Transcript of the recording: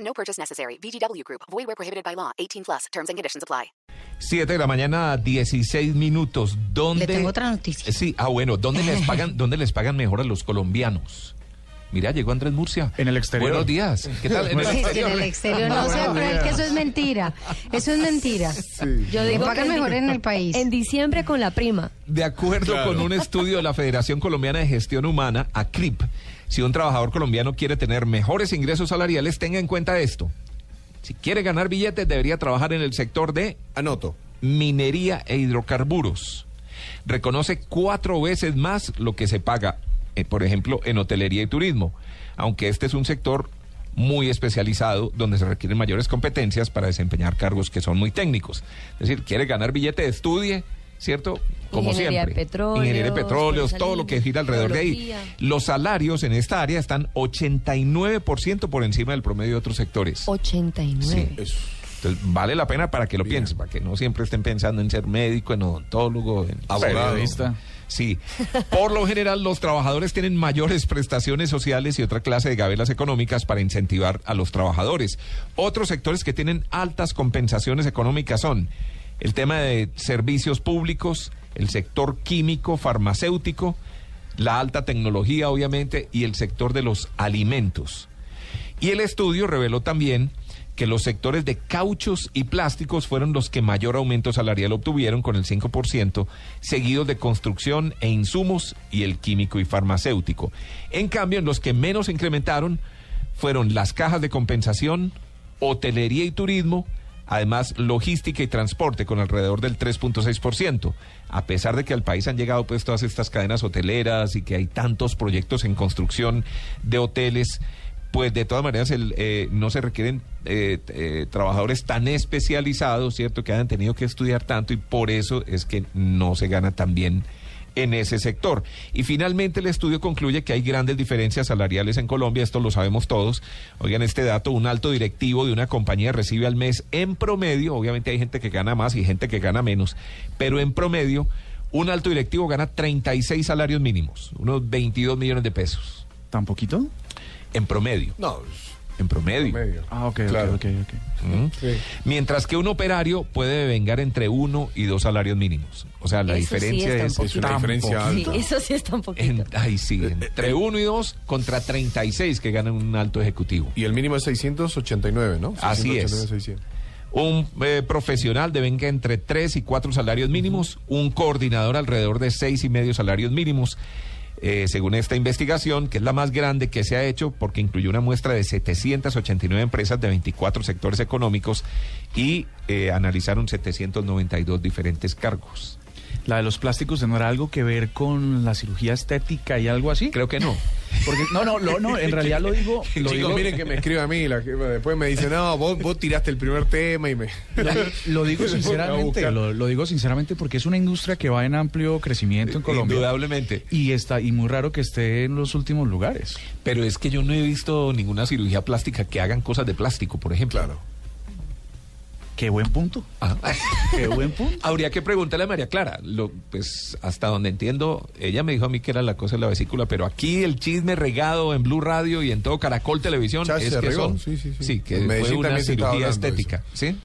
No purchase necessary. VGW Group. Void where prohibited by law. 18 plus. Terms and conditions apply. 7 de la mañana, 16 minutos. ¿Dónde? Le tengo otra noticia. Sí, ah, bueno, ¿dónde les pagan, dónde les pagan mejor a los colombianos? Mira, llegó Andrés Murcia. En el exterior. Buenos días. ¿Qué tal? En el Sí, Pues, que en exterior. el exterior no sea cruel, que eso es mentira. Eso es mentira. Yo digo pagan mejor en el país. En diciembre con la prima. De acuerdo con un estudio de la Federación Colombiana de Gestión Humana, ACRIP, si un trabajador colombiano quiere tener mejores ingresos salariales, tenga en cuenta esto. Si quiere ganar billetes, debería trabajar en el sector de Anoto. minería e hidrocarburos. Reconoce cuatro veces más lo que se paga, eh, por ejemplo, en hotelería y turismo, aunque este es un sector muy especializado donde se requieren mayores competencias para desempeñar cargos que son muy técnicos. Es decir, quiere ganar billete, estudie, ¿cierto? Como Ingeniería de siempre. petróleos, Ingeniería de petróleos, todo lo que gira alrededor de ahí. geología. Los salarios en esta área están 89% por encima del promedio de otros sectores. 89. Sí. Entonces, vale la pena para que lo piensen, para que no siempre estén pensando en ser médico, en odontólogo, en abogado. Periodista. Sí. Por lo general, los trabajadores tienen mayores prestaciones sociales y otra clase de gabelas económicas para incentivar a los trabajadores. Otros sectores que tienen altas compensaciones económicas son el tema de servicios públicos, el sector químico, farmacéutico, la alta tecnología, obviamente, y el sector de los alimentos. Y el estudio reveló también que los sectores de cauchos y plásticos fueron los que mayor aumento salarial obtuvieron con el 5%, seguidos de construcción e insumos y el químico y farmacéutico. En cambio, en los que menos incrementaron fueron las cajas de compensación, hotelería y turismo, además logística y transporte con alrededor del 3.6%, a pesar de que al país han llegado pues todas estas cadenas hoteleras y que hay tantos proyectos en construcción de hoteles pues de todas maneras el, eh, no se requieren eh, eh, trabajadores tan especializados, ¿cierto? Que hayan tenido que estudiar tanto y por eso es que no se gana tan bien en ese sector. Y finalmente el estudio concluye que hay grandes diferencias salariales en Colombia, esto lo sabemos todos. Oigan este dato, un alto directivo de una compañía recibe al mes en promedio, obviamente hay gente que gana más y gente que gana menos, pero en promedio un alto directivo gana 36 salarios mínimos, unos 22 millones de pesos, ¿Tan poquito? en promedio. No, En promedio. medio. Ah, ok, Claro. ok, ok. ok. ¿Mm? Sí. Mientras que un operario puede vengar entre uno y dos salarios mínimos. O sea, la Eso sí diferencia está un es, tan poquito. Es una diferencia poquita. Sí, alta. eso sí está un poquito. En- ay, Eh, sí, entre uno y dos contra 36 que gana un alto ejecutivo. Y el mínimo es 689, ¿no? Así es. 689, 600. Un eh, profesional devenga entre tres y cuatro salarios mínimos, un coordinador alrededor de seis y medio salarios mínimos. Eh, según esta investigación, que es la más grande que se ha hecho, porque incluyó una muestra de 789 empresas de 24 sectores económicos y eh, analizaron 792 diferentes cargos. La de los plásticos tendrá algo que ver con la cirugía estética y algo así. Creo que no. Porque no, no, lo- no, en realidad lo digo, lo Chicos, digo, miren que me escribe a mí, la, jefa, después me dice, no, vos, vos tiraste el primer tema y me... lo, lo digo sinceramente, lo, lo digo sinceramente porque es una industria que va en amplio crecimiento en Colombia. Indudablemente. Y está y muy raro que esté en los últimos lugares. Pero es que yo no he visto ninguna cirugía plástica que hagan cosas de plástico, por ejemplo. Claro. Qué buen punto. Ah. Qué buen punto. Habría que preguntarle a María Clara. Lo, pues hasta donde entiendo, ella me dijo a mí que era la cosa de la vesícula, pero aquí el chisme regado en Blue Radio y en todo Caracol Televisión Ya es que se regó, son- sí, sí, sí. que En Medellín fue una también se estaba cirugía hablando de estética, ¿sí?